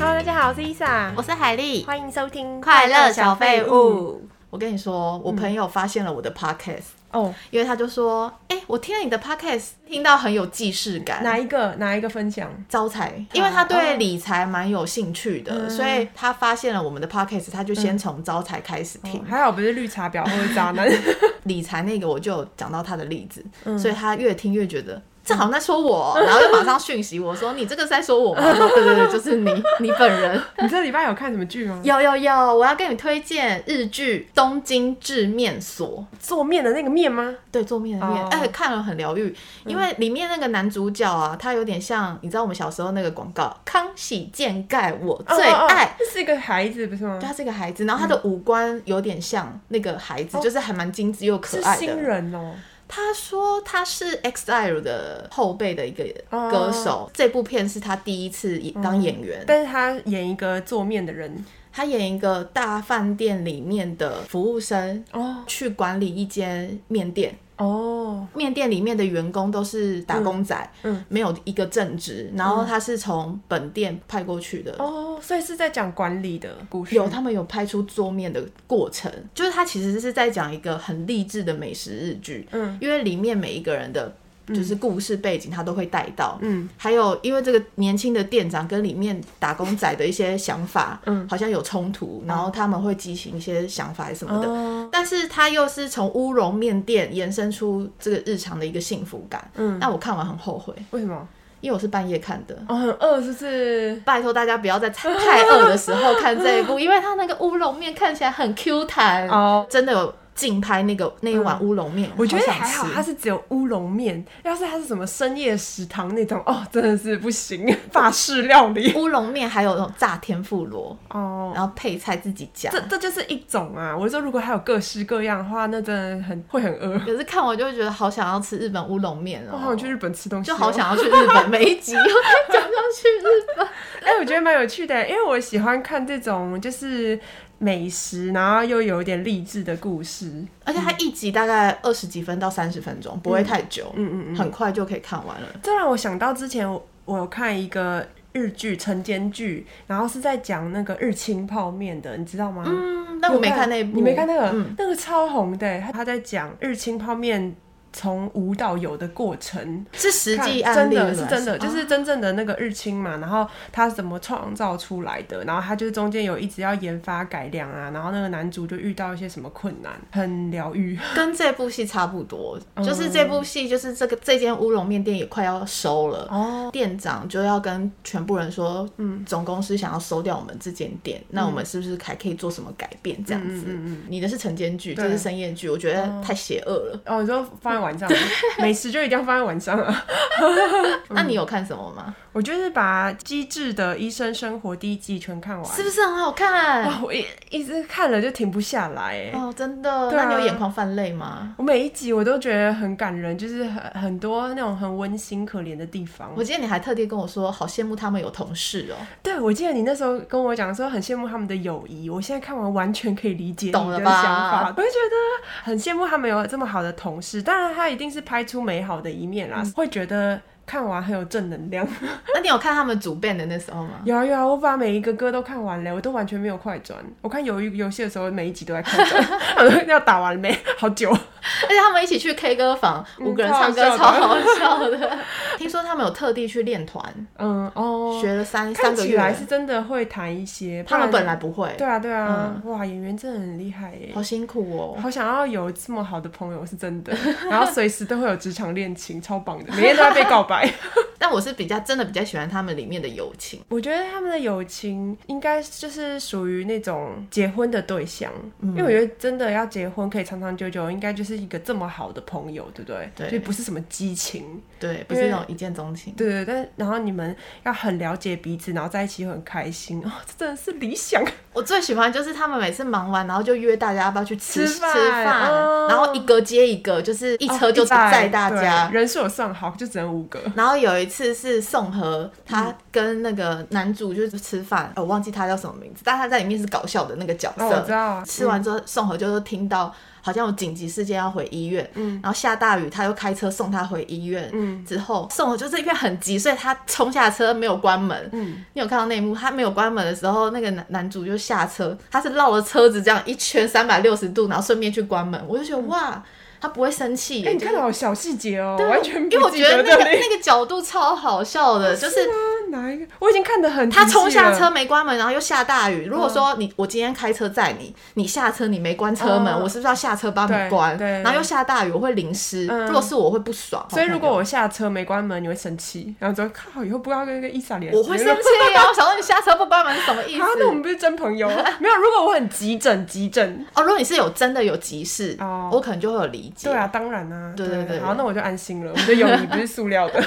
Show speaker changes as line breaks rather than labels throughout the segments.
好，我是伊莎，
我是海丽，
欢迎收听
快乐小废物。嗯我跟你说，我朋友发现了我的 podcast，、
哦。
因为他就说：“哎、我听了你的 podcast，听到很有既视感。”
哪一个哪一个分享？
招财，因为他
哦
对理财蛮有兴趣的，
嗯
所以他发现了我们的 podcast，他就先从招财开始听。
哦还好不是绿茶婊或者渣 男。
理财那个我就有讲到他的例子，所以他越听越觉得。这好像在说我， 然后就马上讯息我说：“你这个是在说我 吗？”我说：“对对对，就是你， 你本人。
你这礼拜有看什么剧吗”？
有有有，我要跟你推荐日剧《东京制面所》。
做面的那个面吗？
对，做面的面，
哦
哎、看了很疗愈，因为里面那个男主角啊，他有点像，你知道我们小时候那个广告《康熙健盖我最
哦
爱》
哦哦是一个孩子不是吗
就？他是个孩子，然后他的五官有点像那个孩子，就是还蛮精致又可
是
爱
新
的。
人哦。
他说他是 EXILE 的后辈的一个歌手，这部片是他第一次演当演员，
但是他演一个做面的人
他演一个大饭店里面的服务生，
哦
去管理一间面店。
哦，
面店里面的员工都是打工仔，
嗯嗯
没有一个正职，然后他是从本店派过去的。
哦，所以是在讲管理的故事。
有他们有拍出桌面的过程，就是他其实是在讲一个很励志的美食日剧，
嗯
因为里面每一个人的就是故事背景他都会带到，
嗯，
还有因为这个年轻的店长跟里面打工仔的一些想法，
嗯
好像有冲突，然后他们会激起一些想法什么的，
哦
但是它又是从乌龙面店延伸出这个日常的一个幸福感。
嗯
但我看完很后悔，
为什么？
因为我是半夜看的。
哦，很饿是不是？
拜托大家不要在太太饿的时候看这一 部，因为它那个乌龙面看起来很 Q 弹，
哦嗯
真的有竞拍那个那一碗乌龙面，
我觉得
想
还好，
吃
它是只有乌龙面。要是它是什么深夜食堂那种， 哦，真的是不行， 法式料理。
乌龙面还有那种炸天妇罗，
哦，
然后配菜自己夹
这。这就是一种啊。我说如果还有各式各样的话，那真的很会很饿。
可是看我就会觉得好想要吃日本乌龙面
我
哦，
好想去日本吃东西、
就好。想要去日 本，每一集又在讲要去日本。
哎、我觉得蛮有趣的，因为我喜欢看这种就是美食，然后又有一点励志的故事。
而且它一集大概二十几分到三十分钟，不会太久，
嗯嗯嗯，
很快就可以看完了。
这让我想到之前我我有看一个。日剧晨间剧，然后是在讲那个日清泡面的，你知道吗？嗯，
嗯，但我没看那一部，
你没看那个，
嗯，
那个超红的，他他在讲日清泡面从无到有的过程，
是实际
看
案例啊
真的是真的，
软实
就是真正的那个日清嘛，然后他怎么创造出来的，然后他就是中间有一直要研发改良啊，然后那个男主就遇到一些什么困难，很疗 愈。
跟这部戏差不多，
哦
就是这部戏就是这个这间乌龙面店也快要收了。
哦，
店长就要跟全部人说，嗯，总公司想要收掉我们这间店，
嗯
那我们是不是还可以做什么改变？这样子，你的是晨间剧，这是深夜剧，我觉
嗯
得太邪恶了。
哦，你说放在晚 上，美食就一定要放在晚上啊。
那你有看什么吗？
我就是把《机智的医生生活》第一季全看完，哦
是不是很好看？
哇，我一一直看了就停不下来哎。
哦，真的。
对啊
那你有眼眶泛泪吗？
我每一集我都觉得很感人，就是很很多那种很温馨可怜的地方
我。记得你还特地跟我说，好羡慕他们有同事哦、
对，我记得你那时候跟我讲说很羡慕他们的友谊，我现在看完完全可以理解你
懂了
的想
吧
法，我就觉得很羡慕他们有这么好的同事。当然，他一定是拍出美好的一面
嗯
啦，会觉得看完很有正能量。
那你有看他们主办的那时候 吗？
有啊有啊，我把每一个歌都看完了，我都完全没有快转。我看鱿鱼游戏的时候，每一集都在快 转，我说要打完了没？好久。
而且他们一起去 K 歌房，五个人唱歌超
嗯超好
好笑的。 听说他们有特地去练团，
嗯哦，
学了三
看
三个
起来
月
是。真的会弹一些，不
他们
然
本来不会，
对啊，对啊，哇，演员真的很厉害耶
好！辛苦哦。
好想要有这么好的朋友，是真 的。然后随时都会有职场恋情，超棒的，每天都在被告白。
但我是比较真的比较喜欢他们里面的友情。
我觉得他们的友情应该就是属于那种结婚的对象，因为我觉得真的要结婚可以长长久久，应该就是一个这么好的朋友，对不对？
对
就不是什么激情，
对，不是那种一见钟情。
对对。但是然后你们要很了解彼此，然后在一起会很开心哦，这真的是理想。
我最喜欢就是他们每次忙完，然后就约大家要不要去吃
吃饭
饭
哦
然后一个接一个，就是一车就
哦一百
载大家。
对人数有算好，就只能五 个。
然后有一次是宋和，
嗯
他跟那个男主就是吃饭，哦呃我忘记他叫什么名字，但他在里面是搞笑的那个角
哦，我知
色。
道啊，
吃完之后，宋和就是听到好像有紧急事件要回医院，嗯，然后下大雨，他又开车送他回医院，嗯，之后送了就是因为很急，所以他冲下车没有关门，嗯，你有看到那一幕，他没有关门的时候，那个男男主就下车，他是绕了车子这样一圈三百六十度，然后顺便去关门，我就觉得哇。他不会生气
嗯
耶，
哎，你看到好小细节哦，完全
因
不
为我
记
觉得那
这
个
里哦
那个角度超好笑的，就是
吗哪一个？ 我已经看得嗯很
他
仔细
冲下车
了，哦
没关门，然后又下大雨。如果说你我今天开车载你，你下车你没关车门，
嗯
我是不是要下车帮
对
你关？
对对
然后又下大雨，我会淋湿。
嗯
如果是我我会不爽。
所以
好朋友
如果我下车没关门，你会生气，然后说靠，以后不要跟那个伊莎联系。
我会生气 啊，我想说你下车不关门是什么意思
啊？，那我们不是真朋 友？没有，如果我很急诊，急诊。
哦，如果你是有真的有急事，
哦
我可能就会有理解。
对啊，当然啊，
对对对
好，那我就安心了，我们的友谊不是塑料 的。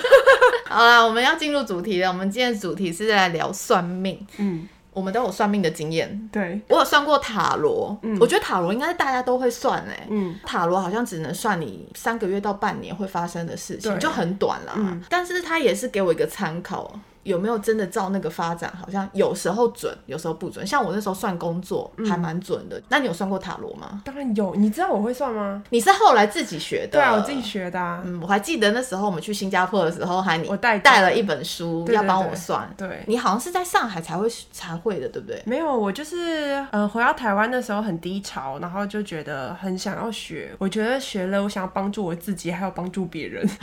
好啦，我们要进入主题了。我们今天的主题是在聊算命，
嗯，
我们都有算命的经验。
对，
我有算过塔罗，我觉得塔罗应该是大家都会算哎、
嗯，
塔罗好像只能算你三个月到半年会发生的事情，
对嗯
就很短啦。但是它也是给我一个参考，有没有真的照那个发展？好像有时候准，有时候不准。像我那时候算工作
嗯
还蛮准的。那你有算过塔罗吗？
当然有。你知道我会算吗？
你是后来自己学的？
对啊，我自己。学的啊。
嗯，我还记得那时候我们去新加坡的时候，还你
我带着
带了一本书
对对
要帮我算。
对，
你好像是在上海才会才会的，对不对？
没有，我就是呃，回到台湾的时候很低潮，然后就觉得很想要学。我觉得学了，我想要帮助我自己，还有帮助别人。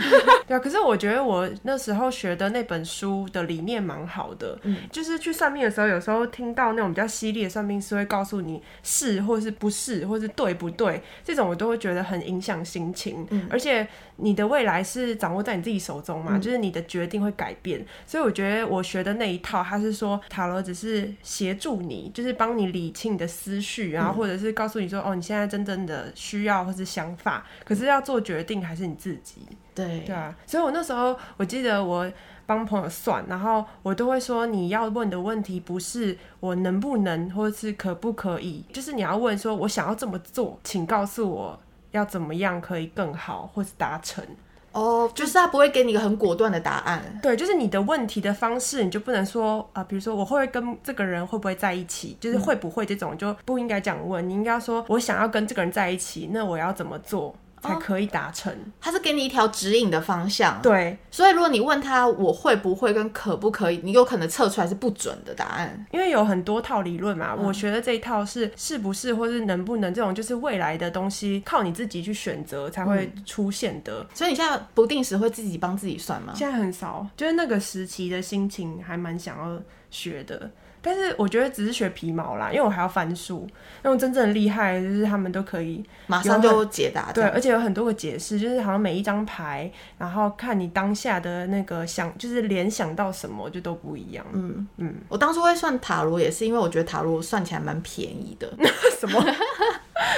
对啊，可是我觉得我那时候学的那本书的理念蛮好的，就是去算命的时候，有时候听到那种比较犀利的算命师会告诉你是或是不是，或是对不对，这种我都会觉得很影响心情，而且你的未来是掌握在你自己手中嘛，就是你的决定会改变，所以我觉得我学的那一套，它是说塔罗只是协助你，就是帮你理清你的思绪，然后或者是告诉你说，哦，你现在真正的需要或是想法，可是要做决定还是你自己。
对
对啊，所以我那时候我记得我帮朋友算，然后我都会说你要问的问题不是我能不能，或者是可不可以，就是你要问说我想要这么做，请告诉我要怎么样可以更好，或是达成。
哦，就是他不会给你一个很果断的答案。
对，就是你的问题的方式，你就不能说啊、呃比如说我会不会跟这个人会不会在一起，就是会不会这种就不应该这样问，你应该要说我想要跟这个人在一起，那我要怎么做才可以达成？
他是给你一条指引的方向，
对，
所以如果你问他我会不会跟可不可以，你有可能测出来是不准的答案。
因为有很多套理论嘛，我学的这一套是是不是或是能不能这种，就是未来的东西靠你自己去选择才会出现的。
所以你现在不定时会自己帮自己算吗？
现在很少，就是那个时期的心情还蛮想要学的，但是我觉得只是学皮毛啦，因为我还要翻书。那种真正厉害的就是他们都可以
马上就解答这
对，
样。
而且有很多个解释，就是好像每一张牌，然后看你当下的那个想，就是联想到什么就都不一样。嗯，
我当初会算塔罗也是因为我觉得塔罗算起来蛮便宜 的。
什么？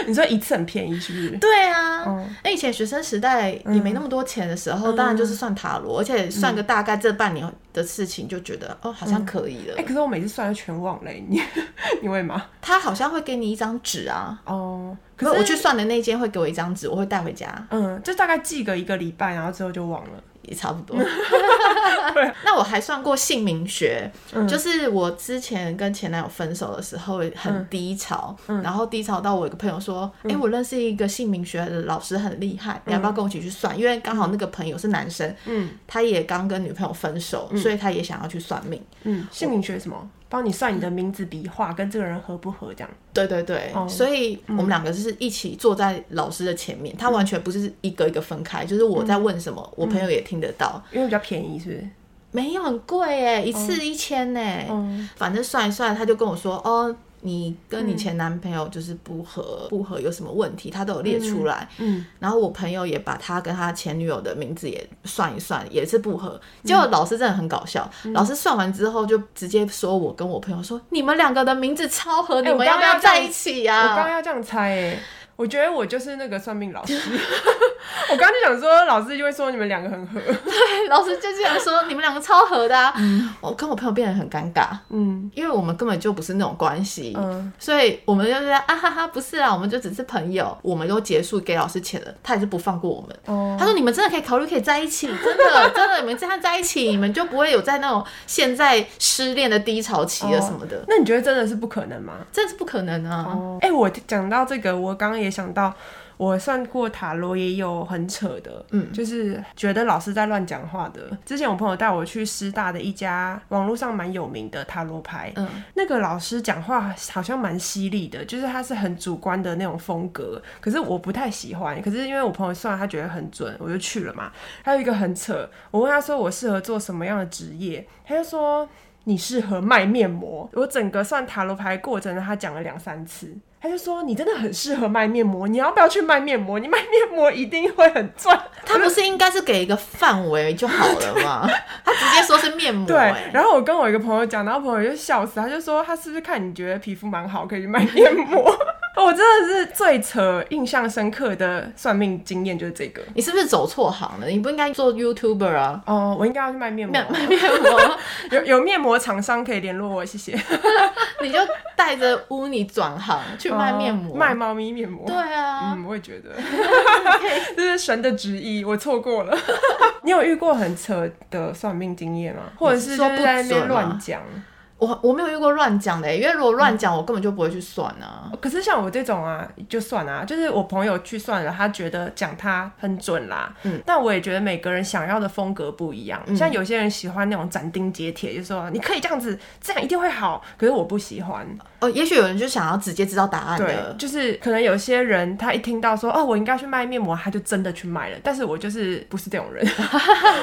你说一次很便宜是不是？
对啊，
哦
那、以前学生时代你没那么多钱的时
嗯
候，当然就是算塔罗，而且算个大概这半年的事情，就觉得哦好像可以了。
哎、可是我每次算都全忘了欸、你 你会吗？
他好像会给你一张纸啊，
哦，可
可是
是
我去算的那间会给我一张纸，我会带回家。
嗯，就大概记个一个礼拜，然后之后就忘了。
也差不多。 那我还算过姓名学，就是我之前跟前男友分手的时候很低潮，然后低潮到我有个朋友说：“哎、我认识一个姓名学的老师很厉害，你要不要跟我一起去算？”因为刚好那个朋友是男生，嗯，他也刚跟女朋友分手，所以他也想要去算命。
嗯，姓名学什么？帮你算你的名字笔画跟这个人合不合这样。
对对对，所以我们两个就是一起坐在老师的前面，他完全不是一个一个分开，就是我在问什么，我朋友也听得到，
因为比较便宜，是不是？
没有很贵哎，一次一千呢。
哦嗯
反正算一算，他就跟我说，哦，你跟你前男朋友就是不合，不合有什么问题，他都有列出来。
嗯，
然后我朋友也把他跟他前女友的名字也算一算，也是不合。
嗯
结果老师真的很搞笑，老师算完之后就直接说我跟我朋友说，你们两个的名字超合，你
哎我
们要
刚
不
刚要这
要
样
在一起啊呀、
我刚刚要这样猜诶、我觉得我就是那个算命 老师。我刚刚就想说，老师就会说你们两个很合。
老师就这样说，你们两个超合的啊！我跟我朋友变得很尴尬，
嗯
因为我们根本就不是那种关系。
嗯，
所以我们就觉得啊哈哈，不是啦，我们就只是朋友，我们都结束给老师钱了，他也是不放过我们。
哦
他说你们真的可以考虑可以在一起，真的真的，你们这样在一起，你们就不会有在那种现在失恋的低潮期了什么
哦
的，
那你觉得真的是不可能吗？
这是不可能啊。
哦，哎、我讲到这个，我刚刚也想到，我算过塔罗也有很扯的，嗯，就是觉得老师在乱讲话的。之前我朋友带我去师大的一家网络上蛮有名的塔罗牌，嗯，那个老师讲话好像蛮犀利的，就是他是很主观的那种风格，可是我不太喜欢。可是因为我朋友算他觉得很准，我就去了嘛。还有一个很扯，我问他说我适合做什么样的职业，他就说。你适合卖面膜。我整个算塔罗牌过程，他讲了两三次，他就说你真的很适合卖面膜，你要不要去卖面膜？你卖面膜一定会很赚。
他不是应该是给一个范围就好了 吗？他直接说是面膜、
对哎
欸，，
然后我跟我一个朋友讲，然后朋友就笑死，他就说他是不是看你觉得皮肤蛮好，可以去卖面膜？ 我真的是最扯、印象深刻的算命经验就是这个。
你是不是走错行了？你不应该做 YouTuber 啊，
哦，我应该要去卖面膜，
卖卖面膜，
有有面膜厂商可以联络我，谢谢。
你就带着污泥转行去卖面膜，
哦卖猫咪面膜。
对啊，
嗯，我也觉 得，这是神的旨意，我错过 了。你有遇过很扯的算命经验吗？或者是就
说
是
不
在那边
准吗
乱讲？
我我没有遇过乱讲的欸、因为如果乱讲，我根本就不会去算啊。
哦可是像我这种啊，就算啊，就是我朋友去算了，他觉得讲他很准啦。嗯，但我也觉得每个人想要的风格不一样，像有些人喜欢那种斩钉截铁，就说你可以这样子，这样一定会好。可是我不喜欢，
哦，也许有人就想要直接知道答案
啊对
的，，
就是可能有些人他一听到说哦，我应该去卖面膜，他就真的去卖了。但是我就是不是这种人。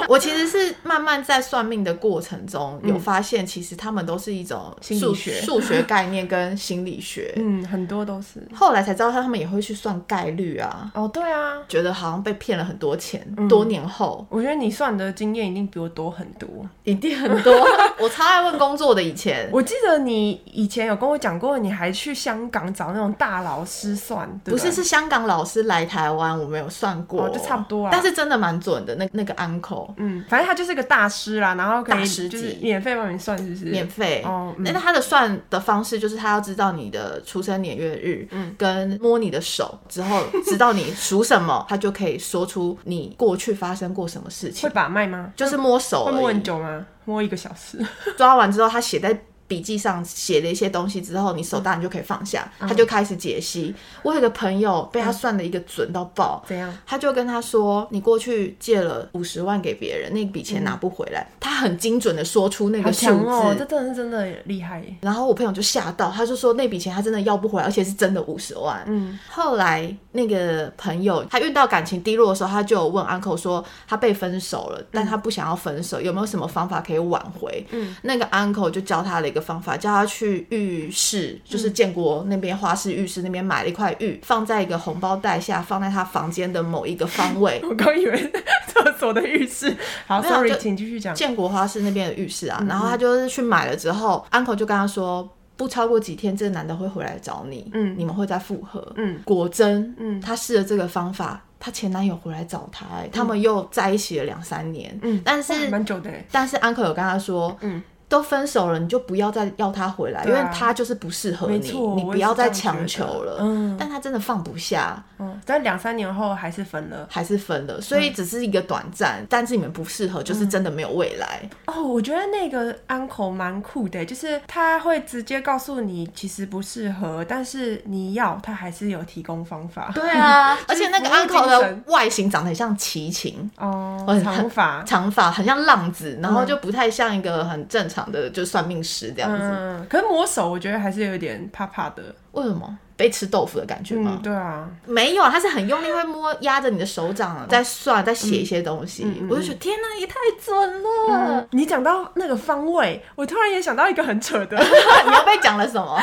我其实是慢慢在算命的过程中有发现，其实他们都是一种
心理
数
学
嗯数学概念跟心理学。
嗯，很多都是。
后来才知道，他们也会去算概率啊，
哦，对啊，
觉得好像被骗了很多钱。多年后
我觉得你算的经验一定比我多很多。
一定很 多。我超爱问工作的，以 前
我记得你以前有跟我讲过，你还去香港找那种大老师算，对
不
不
是
对
是香港老师来台湾，我没有算过，
哦就差不多啊
但是真的蛮准的，那那个 uncle
嗯，反正他就是个大师啦，然后可
大
以
师级
就是免费帮你算，是不是？
免费。
哦嗯
那、他的算的方式就是他要知道你的出生年月日，
嗯
跟摸你的手之后，知道你属什么，他就可以说出你过去发生过什么事
会
情，
把脉吗？
就是摸手
会
而已
摸很久吗？摸一个小时。
抓完之后，他写在笔记上写了一些东西之后，你
嗯
手当然就可以放下，他就开始解析。我有个朋友被
嗯
他算的一个准到爆，
怎样？
他就跟他说：“你过去借了五十万给别人，那笔钱拿不回来。他很精准的说出 那
嗯好
个数
强哦，这
字。
真的是真的厉害耶。
然后我朋友就吓到，他就说那笔钱他真的要不回来，而且是真的五十万。嗯，后来那个朋友他遇到感情低落的时候，他就有问 uncle 说他被分手了，但他不想要分手，有没有什么方法可以挽回？嗯，那个 uncle 就教他了一个方法，叫他去浴室，就是建国那边花市浴室那边买了一块玉，放在一个红包袋下，放在他房间的某一个方位。
我刚以为厕所的浴室。好
没有
，sorry，
就
请继续讲。
建国花市那边的浴
嗯
室啊，然后他就是去买了之后、u n c l e 就跟他说。不超过几天，这个男的会回来找你，嗯，你们会再复合，嗯，果真，嗯，她试了这个方法，她前男友回来找她、
嗯
欸他们又在一起了两三年，嗯，但是
哇蛮久的耶。
但是 uncle 有跟他说，嗯，都分手了，你就不要再要他回来，因
对啊
为他就是不适合
没
你，
错
你
我
不
也是
要再
这样
强
觉
求
得
了，
嗯，
但他真的放不下，
嗯，但两三年后还是分了。
还是分
嗯
了，所以只是一个短暂，但是你们不适合，就是真的没有未来，
哦，我觉得那个 uncle 蛮酷的，就是他会直接告诉你其实不适合，但是你要他还是有提供方法。
对 啊，而且那个
服务精
uncle 的
神
外形长得很像齐秦，
哦
我，很
长发，
长发很像浪子，然后就不太像一个很正常的就算命师这样子。
嗯，可是摸手我觉得还是有点怕怕的。
为什么被吃豆腐的感觉吗
嗯，？对啊，
没有，啊，他是很用力会摸压着你的手掌在算，在写一些东西。
嗯
我就觉得天哪，也太准了！
你讲到那个方位，我突然也想到一个很扯 的，
你又被讲了什么？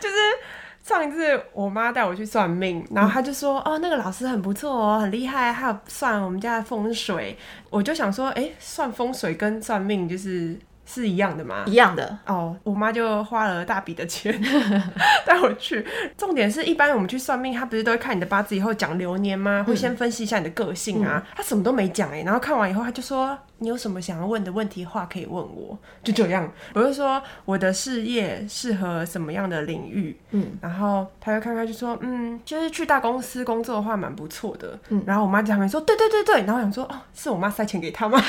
就是。上一次我妈带我去算命，然后她就说：“
嗯
哦，那个老师很不错哦，很厉害，还有算我们家的风水。”我就想说：“哎，算风水跟算命就是是一样的吗？”
一样的，
哦，我妈就花了大笔的钱 带我去。重点是一般我们去算命，他不是都会看你的嗯欸八字以后讲流年吗？会先分析一下你的个性啊。他什么都没讲哎、然后看完以后他就说：“你有什么想要问的问题话可以问我，就这样。我就说我的事业适合什么样的领域，嗯，然后他就看看就说，嗯，就是去大公司工作的话蛮不错的，嗯，然后我妈在旁边说，对对对对，然后我想说，哦，是我妈塞钱给他吗？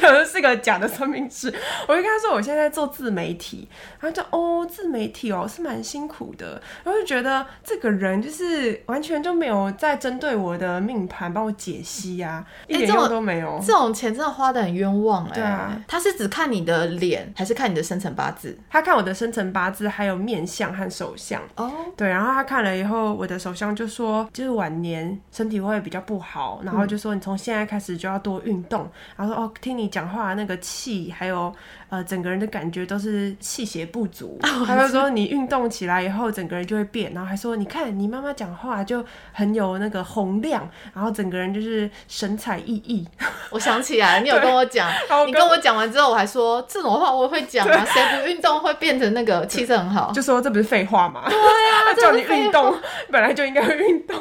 可能是个假的三明治。我就跟他说我现在在做自媒体，然后就哦，自媒体哦是蛮辛苦的，然后就觉得这个人就是完全就没有在针对我的命盘帮我解析呀、啊，一点
这种
用都没有。
这种钱真的花的很冤枉哎、
对啊，
他是只看你的脸，还是看你的生辰八字？
他看我的生辰八字，还有面相和手相。
哦，
对，然后他看了以后，我的手相就说，就是晚年身体会比较不好，然
嗯
后就说你从现在开始就要多运动，然后说哦，听你讲话那个气，还有呃整个人的感觉都是气血不足，
哦
他就说你运动起来以后整个人就会变，然后还说你看你妈妈讲话就很有那个洪亮，然后整个人就是神采奕奕，
我想起来了，你有跟我讲
然后，
你
跟
跟我讲完之后，我还说这种话我会讲啊，谁不运动会变成那个气色很好？
就说这不是废话吗？对呀、
啊
叫你运动，本来就应该会运 动。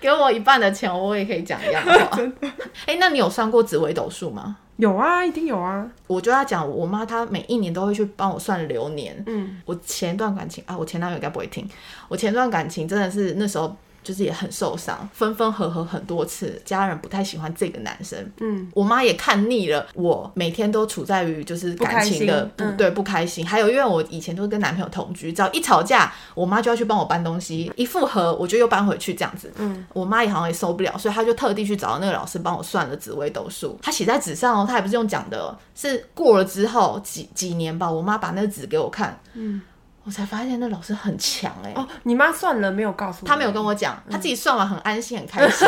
给我一半的钱，我也可以讲一样 的话。哎、那你有算过紫微斗数吗？
有啊，一定有啊。
我就要讲，我妈她每一年都会去帮我算流年。
嗯，
我前一段感情啊，我前男友应该不会听。我前一段感情真的是那时候就是也很受伤，分分合合很多次，家人不太喜欢这个男生。
嗯，
我妈也看腻了，我每天都处在于就是感情的
不开心嗯
对不开心，还有因为我以前都是跟男朋友同居，只要一吵架，我妈就要去帮我搬东西，一复合我就又搬回去这样子。嗯，我妈也好像也受不了，所以她就特地去找那个老师帮我算了紫微斗数，她写在纸上哦，她也不是用讲的哦，是过了之后几几年吧，我妈把那个纸给我看，嗯，我才发现那老师很强哎、
哦，嗯你妈算了没有告诉你？
他没有跟我讲，他自己算完很安心很开 心，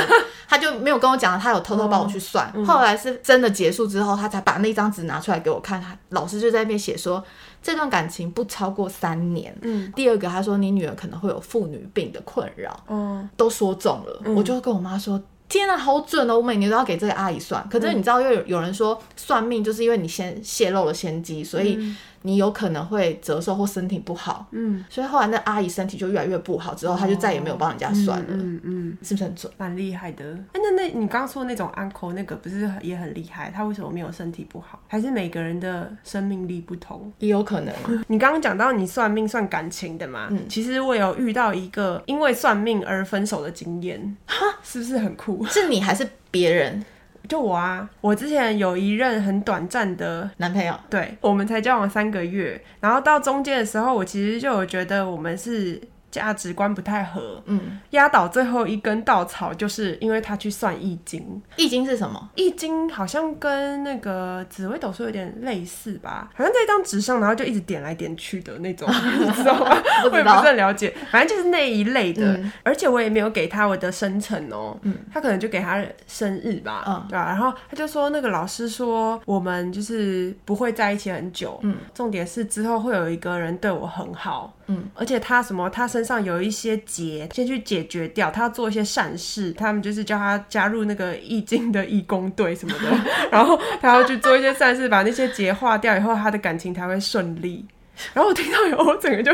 他就没有跟我讲，他有偷偷帮
哦
我去算。
嗯
后来是真的结束之后，他才把那张纸拿出来给我看，他老师就在那边写说这段感情不超过三年。
嗯，
第二个，他说你女儿可能会有妇女病的困扰，
哦，
都说中了，我就跟我妈说。天啊，好准哦！我每年都要给这个阿姨算。可是你知道，因为有有人说算命，就是因为你先泄露了先机，所以你有可能会折寿或身体不好。
嗯，
所以后来那阿姨身体就越来越不好，之后她就再也没有帮人家算了，
嗯嗯，
是不是很准？
蛮厉害的。哎、那那你刚刚说那种 uncle 那个不是也很厉害？他为什么没有身体不好？还是每个人的生命力不同？
也有可能，啊
你刚刚讲到你算命算感情的嘛？嗯，其实我有遇到一个因为算命而分手的经验，是不是很酷？
是你还是别人
就我啊，我之前有一任很短暂的
男朋友？
对，我们才交往三个月，然后到中间的时候，我其实就有觉得我们是价值观不太合。
嗯，
压倒最后一根稻草，就是因为他去算易经，
易经是什么？
易经好像跟那个紫微斗数有点类似吧，好像在一张纸上，然后就一直点来点去的 那种，你知道吗？
不
我也
知
不是
道。嗯
很了解，反正就是那一类的，而且我也没有给他我的生辰哦，他可能就给他生日吧，
嗯
对吧、然后他就说那个老师说我们就是不会在一起很久，
嗯
重点是之后会有一个人对我很好，
嗯，
而且他什么他身上有一些结，先去解决掉，他要做一些善事，他们就是叫他加入那个易经的义工队什么 的，然后他要去做一些善事，把那些结化掉以后，他的感情才会顺利。然后我听到以后，我整个就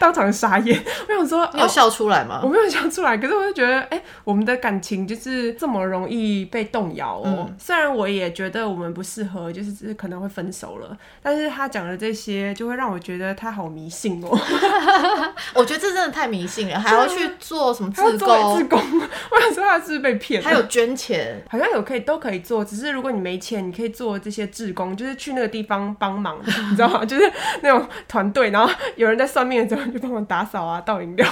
当场傻眼。我想说，
你有
哦
笑出来吗？
我没有想出来，可是我就觉得，哎、我们的感情就是这么容易被动摇哦。
嗯
虽然我也觉得我们不适合，就是只是可能会分手了，但是他讲的这些，就会让我觉得他好迷信哦。
我觉得这真的太迷信了，还要去做什么
他要
自
做自
工，
工， 我想说他是不是被骗了。
还有捐钱，
好像有可以都可以做，只是如果你没钱，你可以做这些志工，就是去那个地方帮忙， 你知道吗？就是那种团队，然后有人在算命的时候就帮忙打扫啊、倒饮料，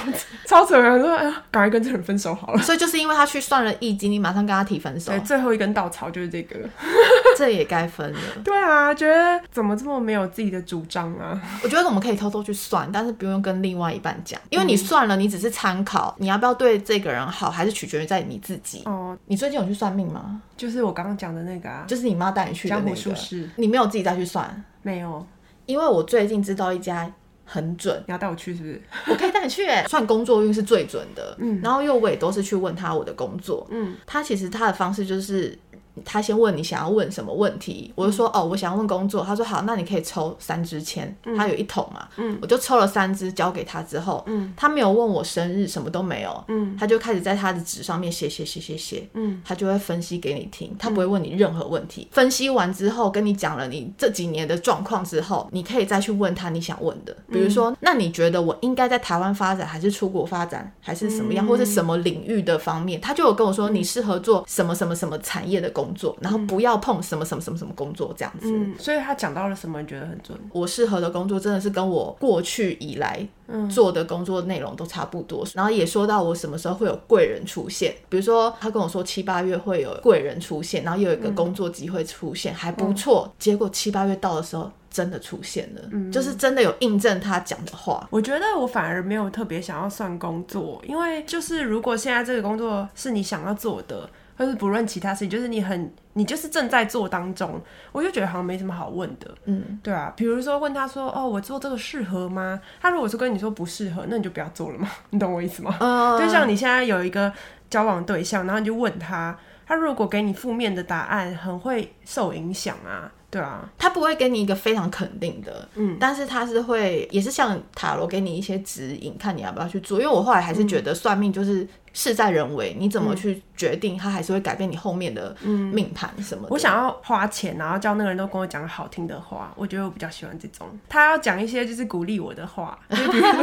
超扯的。我说，哎呀，赶快跟这人分手好了。
所以就是因为他去算了易经，你马上跟他提分手
对，，最后一根稻草就是这个。
这也该分了。
对啊，觉得怎么这么没有自己的主张啊？
我觉得我们可以偷偷去算，但是不用跟另外一半讲，因为你算了，你只是参考，你要不要对这个人好，还是取决于在你自己。
哦，
你最近有去算命吗？
就是我刚刚讲的那个啊，
就是你妈带你去的
江
那
湖术
个，
士
你没有自己再去算，
没有，
因为我最近知道一家很 准，
你要带我去是不是？
我可以带你去耶。算工作运是最准的，嗯，然后因为我也都是去问他我的工作，嗯，他其实他的方式就是。他先问你想要问什么问题，我就说哦，我想要问工作。他说好，那你可以抽三支签，他有一桶嘛，我就抽了三支交给他之后，他没有问我生日，什么都没有，他就开始在他的纸上面写写写写写，他就会分析给你听，他不会问你任何问题。分析完之后，跟你讲了你这几年的状况之后，你可以再去问他你想问的，比如说，那你觉得我应该在台湾发展，还是出国发展，还是什么样，或是什么领域的方面？他就有跟我说你适合做什么什么什么产业的工作，然后不要碰什么什么什么什么工作这样子。
嗯，所以他讲到了什么，你觉得很准？
我适合的工作真的是跟我过去以来做的工作内容都差不多，然后也说到我什么时候会有贵人出现，比如说他跟我说七八月会有贵人出现，然后又有一个工作机会出现，还不错。结果七八月到的时候。真的出现了，就是真的有印证他讲的话。
我觉得我反而没有特别想要算工作，因为就是如果现在这个工作是你想要做的，或是不论其他事情，就是你很你就是正在做当中，我就觉得好像没什么好问的。
嗯，
对啊，比如说问他说：“哦，我做这个适合吗？”他如果说跟你说不适合，那你就不要做了嘛， 你懂我意思吗？
呃
就像你现在有一个交往对象，然后你就问他，他如果给你负面的答案，很会受影响啊。对啊，
他不会给你一个非常肯定的，嗯，但是他是会也是像塔罗给你一些指引，看你要不要去做。因为我后来还是觉得算命就是事在人为，你怎么去决定，它还是会改变你后面的命盘什么的。
我想要花钱，然后叫那个人都跟我讲好听的话，我觉得我比较喜欢这种。他要讲一些就是鼓励我的话，就比如说，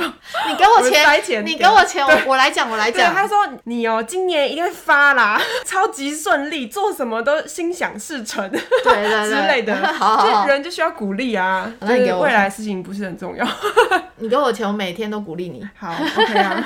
你给我
我塞钱
钱，你给我钱，我我来讲，我来
对，他
讲。
说你哦，今年一定会发啦， 超级顺利，做什么都心想事成
对对对，。
之类的
好好
就是
好，
人就需要鼓励啊，
那你
就
给
是
我
未来的事情不是很重 要。
你给我钱，我每天都鼓励你。
好，OK 啊，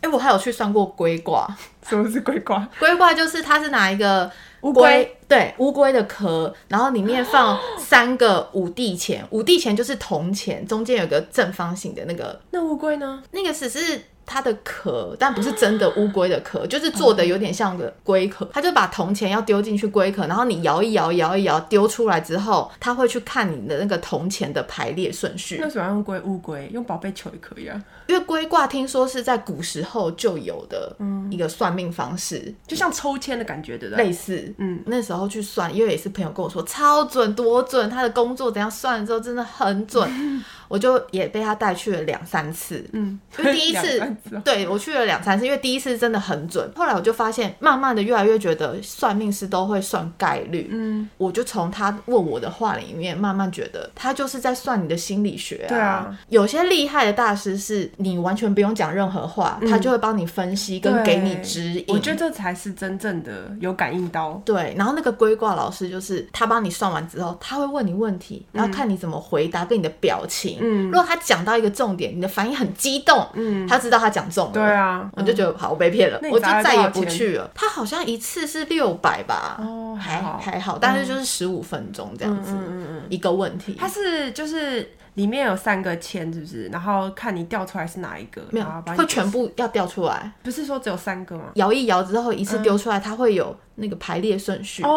哎，我还有去算过龟卦，
什么是鬼卦？
龟卦就是它是拿一个
乌
龟
龟
对乌龟的壳，然后里面 放三个五帝钱，五帝钱就是铜钱，中间有个正方形的那个，
那乌龟呢？
那个只是它的壳，但不是真的乌龟的壳，就是做的有点像个龟壳。它就把铜钱要丢进去龟壳，然后你摇一摇，摇一摇，丢出来之后，它会去看你的那个铜钱的排列顺序
那。为什么要用龟乌龟？用宝贝球也可以啊，
因为龟卦听说是在古时候就有的一个算命方式，
就像抽签的感觉，对不对？
类似，
嗯
嗯，那时候去算，因为也是朋友跟我说超准多准，他的工作怎样算了之后真的很准， 我就也被他带去了两三次，
嗯，
因为第一次
两三次哦
对我去了两三次，因为第一次真的很准，后来我就发现慢慢的越来越觉得算命师都会算概率，
嗯，
我就从他问我的话里面慢慢觉得他就是在算你的心理学啊，
对啊
有些厉害的大师是你完全不用讲任何话，他就会帮你分析跟给你
嗯对
指引，
我觉得这才是真正的有感应到。
对，然后那个龟卦老师就是他帮你算完之后，他会问你问题，然后看你怎么回答跟你的表情。
嗯
如果他讲到一个重点，你的反应很激动，
嗯，
他知道他讲中了。
对。啊，
我就觉得好，我被骗了
那，你
我就
砸了
再
多
也
少
不
钱
去了。他好像一次是六百吧，
哦还
还
好嗯
还好，但是就是十五分钟这样子，一个问题。
它嗯是就是里面有三个签，是不是？然后看你调出来是哪一个，
没有
然后把你
会全部要调出来，
不是说只有三个吗？
摇一摇之后一次丢出来，它会有那个排列顺序。
嗯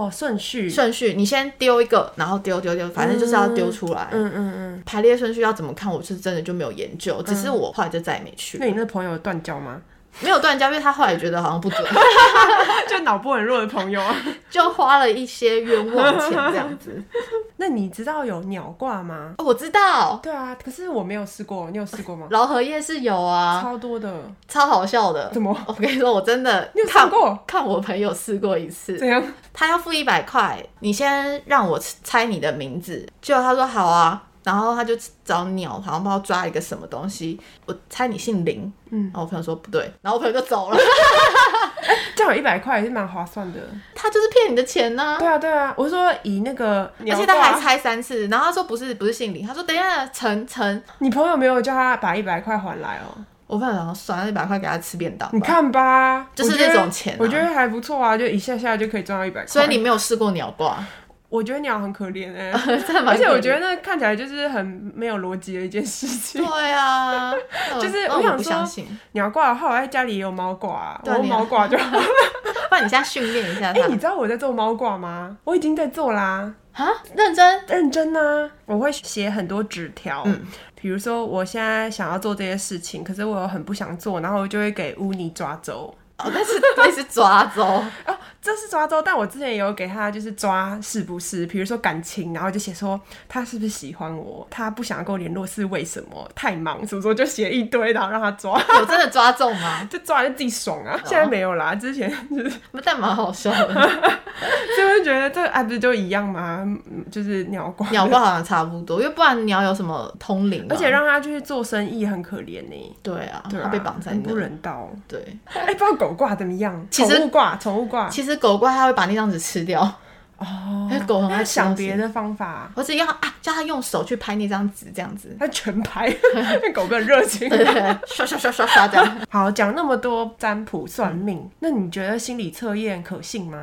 哦，顺序，
顺序，你先丢一个，然后丢丢丢，反正就是要丢出来。
嗯嗯嗯。
排列顺序要怎么看，我是真的就没有研究，只是我后来就再也没去，
那你那朋友有断交吗？
没有断交，因为他后来觉得好像不准，
就脑波很弱的朋友啊。
就花了一些冤枉钱这样子。
那你知道有鸟卦吗？
哦、我知道
对啊，可是我没有试过，你有试过 吗？
劳合夜市有啊，
超多的，
超好笑的。
怎么？
我跟你说，我真的
你有
看
试过？
看我朋友试过一次，
怎样？
他要付一百块，你先让我猜你的名字，结果他说好啊。然后他就找鸟，好像不知道抓一个什么东西，我猜你姓林，
嗯
嗯，然后我朋友说不对，然后我朋友就走了，
这样有一百块也是蛮划算的。
他就是骗你的钱呢、
对啊，对啊，我是说以那个，
而
而
且他还猜三次，然后他说不是不是姓林，他说等一下陈陈，
你朋友没有叫他把一百块还来哦？
我朋友想说算了，一百块给他吃便当吧。
你，看吧，
就是
我觉得
这种钱啊
我觉得还不错啊，就一下下就可以赚到一百块。
所以你没有试过鸟挂，
我觉得鸟很可怜哎、
真的 蛮
而且
可怜
我觉得那看起来就是很没有逻辑的一件事情。
对啊，
就是
那
我想
不
说
相信，
鸟挂的话，我在家里也有猫挂、啊，我
对啊
用猫挂就好。
不然你现在训练一下
哎、
他
你知道我在做猫挂吗？我已经在做啦，
啊，认真
认真啊！我会写很多纸条，
嗯
比如说我现在想要做这些事情，可是我又很不想做，然后我就会给污泥抓走。
哦，但是但是抓走，
哦，这是抓周，但我之前也有给他就是抓是不是，比如说感情，然后就写说他是不是喜欢我，他不想跟我联络是为什么，太忙什么时候就写一堆，然后让他抓，
有真的抓中吗？
就抓就自己爽
哦
啊。现在没有啦，之前就是
但蛮好笑的，
就会觉得这哎不是就一样吗？嗯就是鸟瓜，
鸟爸好像差不多，因为不然鸟有什么通灵吗？啊
而且让他去做生意很可怜呢。
对啊，
对啊，
他被绑在
很
那
不，人道。
对。
哎、不知道狗挂怎么样？
其
宠
实
物挂，宠物挂。
其实狗怪它会把那张纸吃掉，
哦
因为狗很爱
那
吃东
想
西
别的方法，
我只要啊叫它用手去拍那张纸，这样子，
它全拍， 因为狗更热情。
对对对，刷刷刷刷刷这样。
好，讲那么多占
嗯
卜算命，那你觉得心理测验可信吗？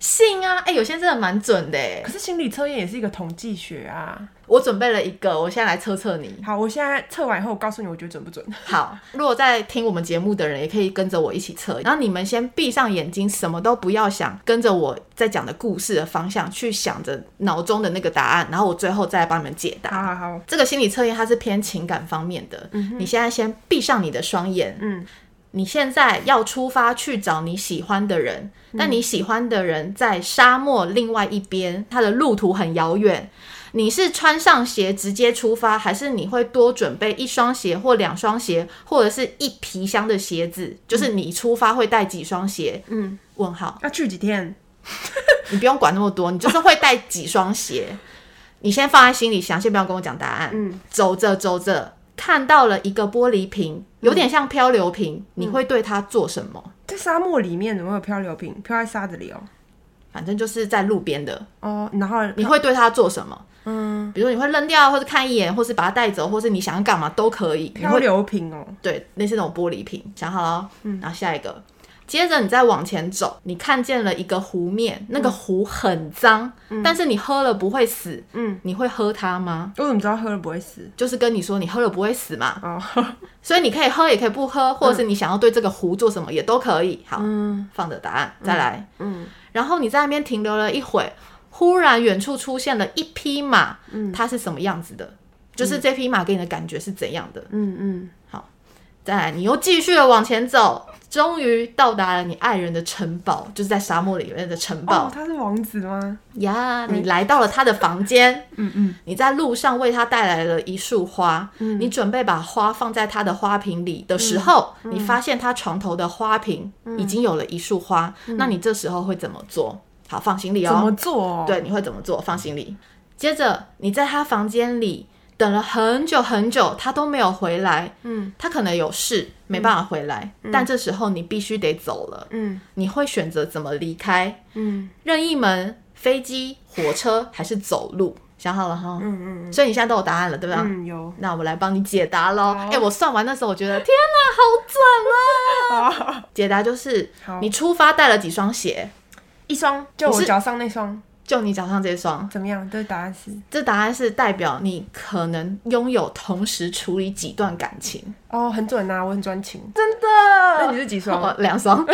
信啊，哎、有些真的蛮准的哎
可。是心理测验也是一个统计学啊。
我准备了一个，我现在来测测你。
好，我现在测完以后，我告诉你，我觉得准不准？
好，如果在听我们节目的人，也可以跟着我一起测。然后你们先闭上眼睛，什么都不要想，跟着我在讲的故事的方向去想着脑中的那个答案，然后我最后再帮你们解答。
好好好，
这个心理测验它是偏情感方面的。你现在先闭上你的双眼，
嗯，
你现在要出发去找你喜欢的人，
嗯
但你喜欢的人在沙漠另外一边，他的路途很遥远。你是穿上鞋直接出发，还是你会多准备一双鞋或两双鞋，或者是一皮箱的鞋子？就是你出发会带几双鞋？
嗯，
问号，
要去几天？
你不用管那么多，你就是会带几双鞋。 你先放在心里想，先不要跟我讲答案。
嗯，
走着走着，看到了一个玻璃瓶，有点像漂流瓶，
嗯
你会对它做什么？
在沙漠里面怎么会有漂流瓶？漂在沙子里哦。
反正就是在路边的，
哦，然后
你会对它做什么？
嗯，
比如说你会扔掉，或是看一眼，或是把它带走，或是你想要干嘛都可以。你
漂
会
流瓶哦，
对，类似那种玻璃瓶，想好了，嗯，然后下一个，接着你再往前走，你看见了一个湖面，那个湖很脏，但是你喝了不会死，
嗯，
你会喝它吗？
我怎么知道喝了不会死？
就是跟你说你喝了不会死嘛，
哦，
所以你可以喝也可以不喝，或者是你想要对这个湖做什么也都可以。好，
嗯
放的答案再来，
嗯，
然后你在那边停留了一会，忽然远处出现了一匹马，
嗯
它是什么样子的？就是这匹马给你的感觉是怎样的？
嗯嗯，
再来，你又继续的往前走，终于到达了你爱人的城堡，就是在沙漠里面的城
哦
堡，
他是王子吗？
呀。你来到了他的房间，
嗯嗯，
你在路上为他带来了一束花，你准备把花放在他的花瓶里的时候，
嗯
你发现他床头的花瓶已经有了一束花，那你这时候会怎么做？好，放行李哦。
嗯怎么做哦？
对，你会怎么做？放行李。接着你在他房间里等了很久很久，他都没有回来。
嗯，
他可能有事没办法回来，但这时候你必须得走了。
嗯
你会选择怎么离开？
嗯
任意门、飞机、火车还是走路？想好了哈。
嗯嗯
所以你现在都有答案了，对吧？
嗯，有。
那我来帮你解答喽。
好
哎、我算完的时候，我觉得天哪，好准
啊，
啊！解答就是
好
你出发带了几双鞋，
一双就
你
我
是
脚上那双
就你脚上这双，
怎么样？这答案是
这答案是代表你可能拥有同时处理几段感情，
哦，很准啊，我很专情。
真的。
那你是几双？
哦，两 双，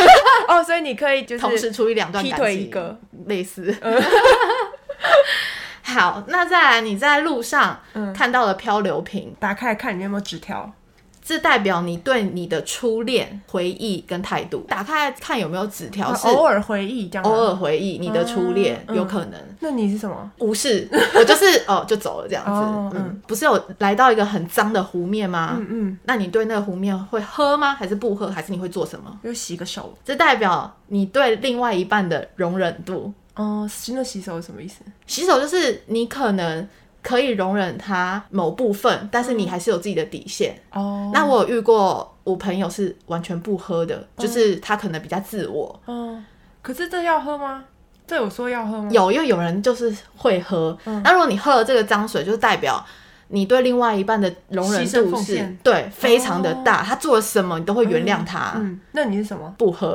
哦，所以你可以就是
同时处理两段感情，
劈腿一个嗯
类似。 好，那再来，你在路上
嗯
看到了漂流瓶，
打开来看里面有没有纸条。
这代表你对你的初恋回忆跟态度。打开来看有没有纸条，是
啊偶尔回忆这样。
偶。尔回忆你的初恋，
嗯
有可能。
那你是什么？
无视，我就是哦，就走了这样子。
哦
嗯
嗯，
不是有来到一个很脏的湖面吗？
嗯嗯，
那你对那个湖面会喝吗？还是不喝？还是你会做什么？
就洗个手。
这代表你对另外一半的容忍度。
哦，那洗手是什么意思？
洗手就是你可能可以容忍他某部分，但
嗯
是你还是有自己的底线。
哦，
那我有遇过我朋友是完全不喝的，
嗯
就是他可能比较自我。
哦，可是这要喝吗？这有说要喝吗？
有，因为有人就是会喝。
嗯
那如果你喝了这个脏水，就代表。你对另外一半的容忍
牺牲
度
奉
是
献哦
对非常的大，他做了什么你都会原谅他，？
嗯，那你是什 么
不喝。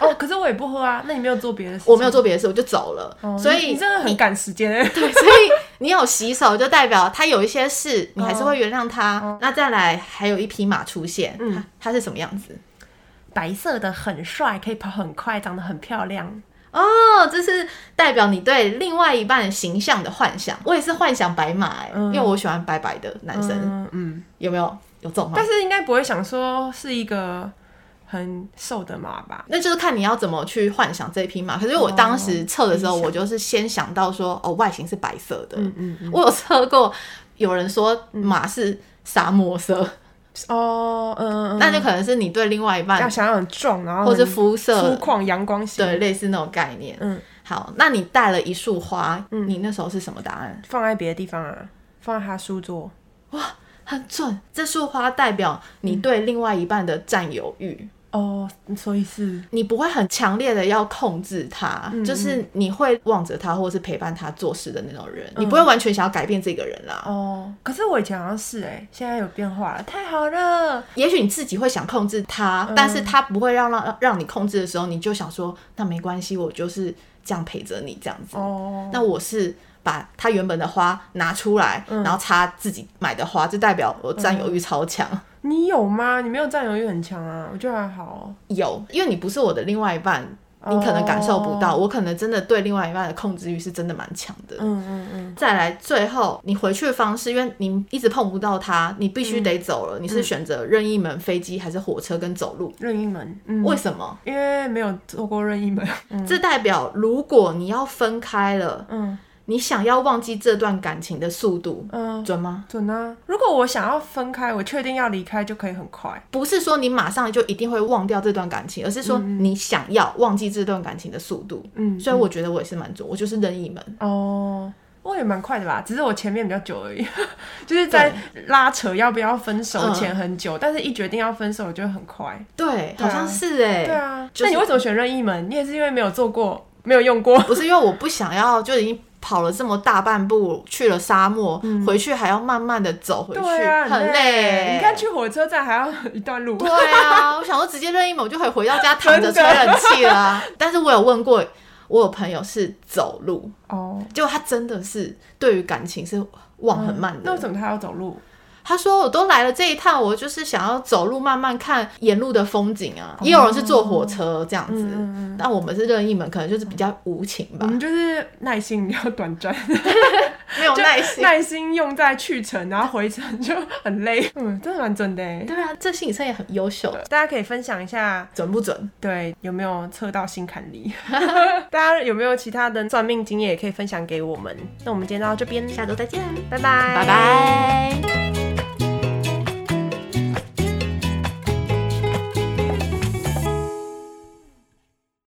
哦，可是我也不喝啊。那你没有做别的事？
我没有。做别的事，我就走了。
哦、
所
你
以
你真的很赶时间欸。
对，所以你有洗手，就代表他有一些事，你还是会原谅他。那再来，还有一匹马出现，
哦嗯
它它是什么样子？
白色的很帅，可以跑很快，长得很漂亮。
哦，这是代表你对另外一半形象的幻想。我也是幻想白马、欸，因为我喜欢白白的男生，
嗯嗯嗯。
有没有？有这种吗
但？是应该不会想说是一个很瘦的马吧。
那就是看你要怎么去幻想这匹马。可是我当时测的时候，
哦理想
我就是先想到说，哦，外形是白色的。
嗯嗯嗯。
我有测过，有人说马是沙漠色，
嗯哦，嗯嗯。
那就可能是你对另外一
要
半
想要很壮，然后
或是
很
肤色
粗犷阳光型，
对，类似那种概念。
嗯，
好，那你带了一束花，你那时候是什么答案？
放在别的地方啊，放在他书桌。
很准，这束花代表你对另外一半的占有欲，
哦，所以是
你不会很强烈的要控制他，就是你会望着他，或是陪伴他做事的那种人，你不会完全想要改变这个人啦。
哦，可是我以前好像是哎、现在有变化了，太好了。
也许你自己会想控制他，但是他不会让让让你控制的时候，你就想说，那没关系，我就是这样陪着你这样子。
哦，
那我是把他原本的花拿出来，然后插自己买的花，就代表我占有欲超强。
你有吗？你没有占有欲很强啊，我觉得还好哦。
有，因为你不是我的另外一半，你可能感受不到，我可能真的对另外一半的控制欲是真的蛮强的。
嗯嗯嗯，
再来，最后你回去的方式，因为你一直碰不到他，你必须得走了。你是选择任意门、飞机还是火车跟走路？
任意门，嗯，
为什么？
因为没有做过任意门。嗯
这代表如果你要分开了，
嗯
你想要忘记这段感情的速度，
嗯，
准吗？
准啊。如果我想要分开，我确定要离开就可以很快。
不是说你马上就一定会忘掉这段感情，而是说你想要忘记这段感情的速度。
嗯
所以我觉得我也是蛮准，我就是任意门。
哦。我也蛮快的吧，只是我前面比较久而已， 就是在拉扯要不要分手前很久，但是一决定要分手就很快。
对，
对啊
好像是哎、
对啊，
就是
那你为什么选任意门？你也是因为没有做过，没有用过。
不是因为我不想要，就已经跑了这么大半步去了沙漠，回去还要慢慢的走回去，
嗯对啊，
很
累。
累。
你看去火车站还要一段路。
对啊，我想说直接任意门，我就可以回到家躺着
真
吹
的
冷气啦、但是我有问过，我有朋友是走路，
哦，
结果他真的是对于感情是忘很慢的。
嗯那为什么他要走路？
他说：“我都来了这一趟，我就是想要走路慢慢看沿路的风景啊。也有人是坐火车这样子，
哦嗯
但我们是任意门，可能就是比较无情吧
我，们就是耐心比较短 暂，
没有
就
耐心。
耐心用在去程，然后回程就很累。嗯，真的蛮准的耶。
对啊，这心理测验很优秀，
大家可以分享一下，
准不准？
对有没有测到心坎里？ 大家有没有其他的算命经验也可以分享给我们？那我们今天到这边，
下周再见，
拜拜，
拜。拜。”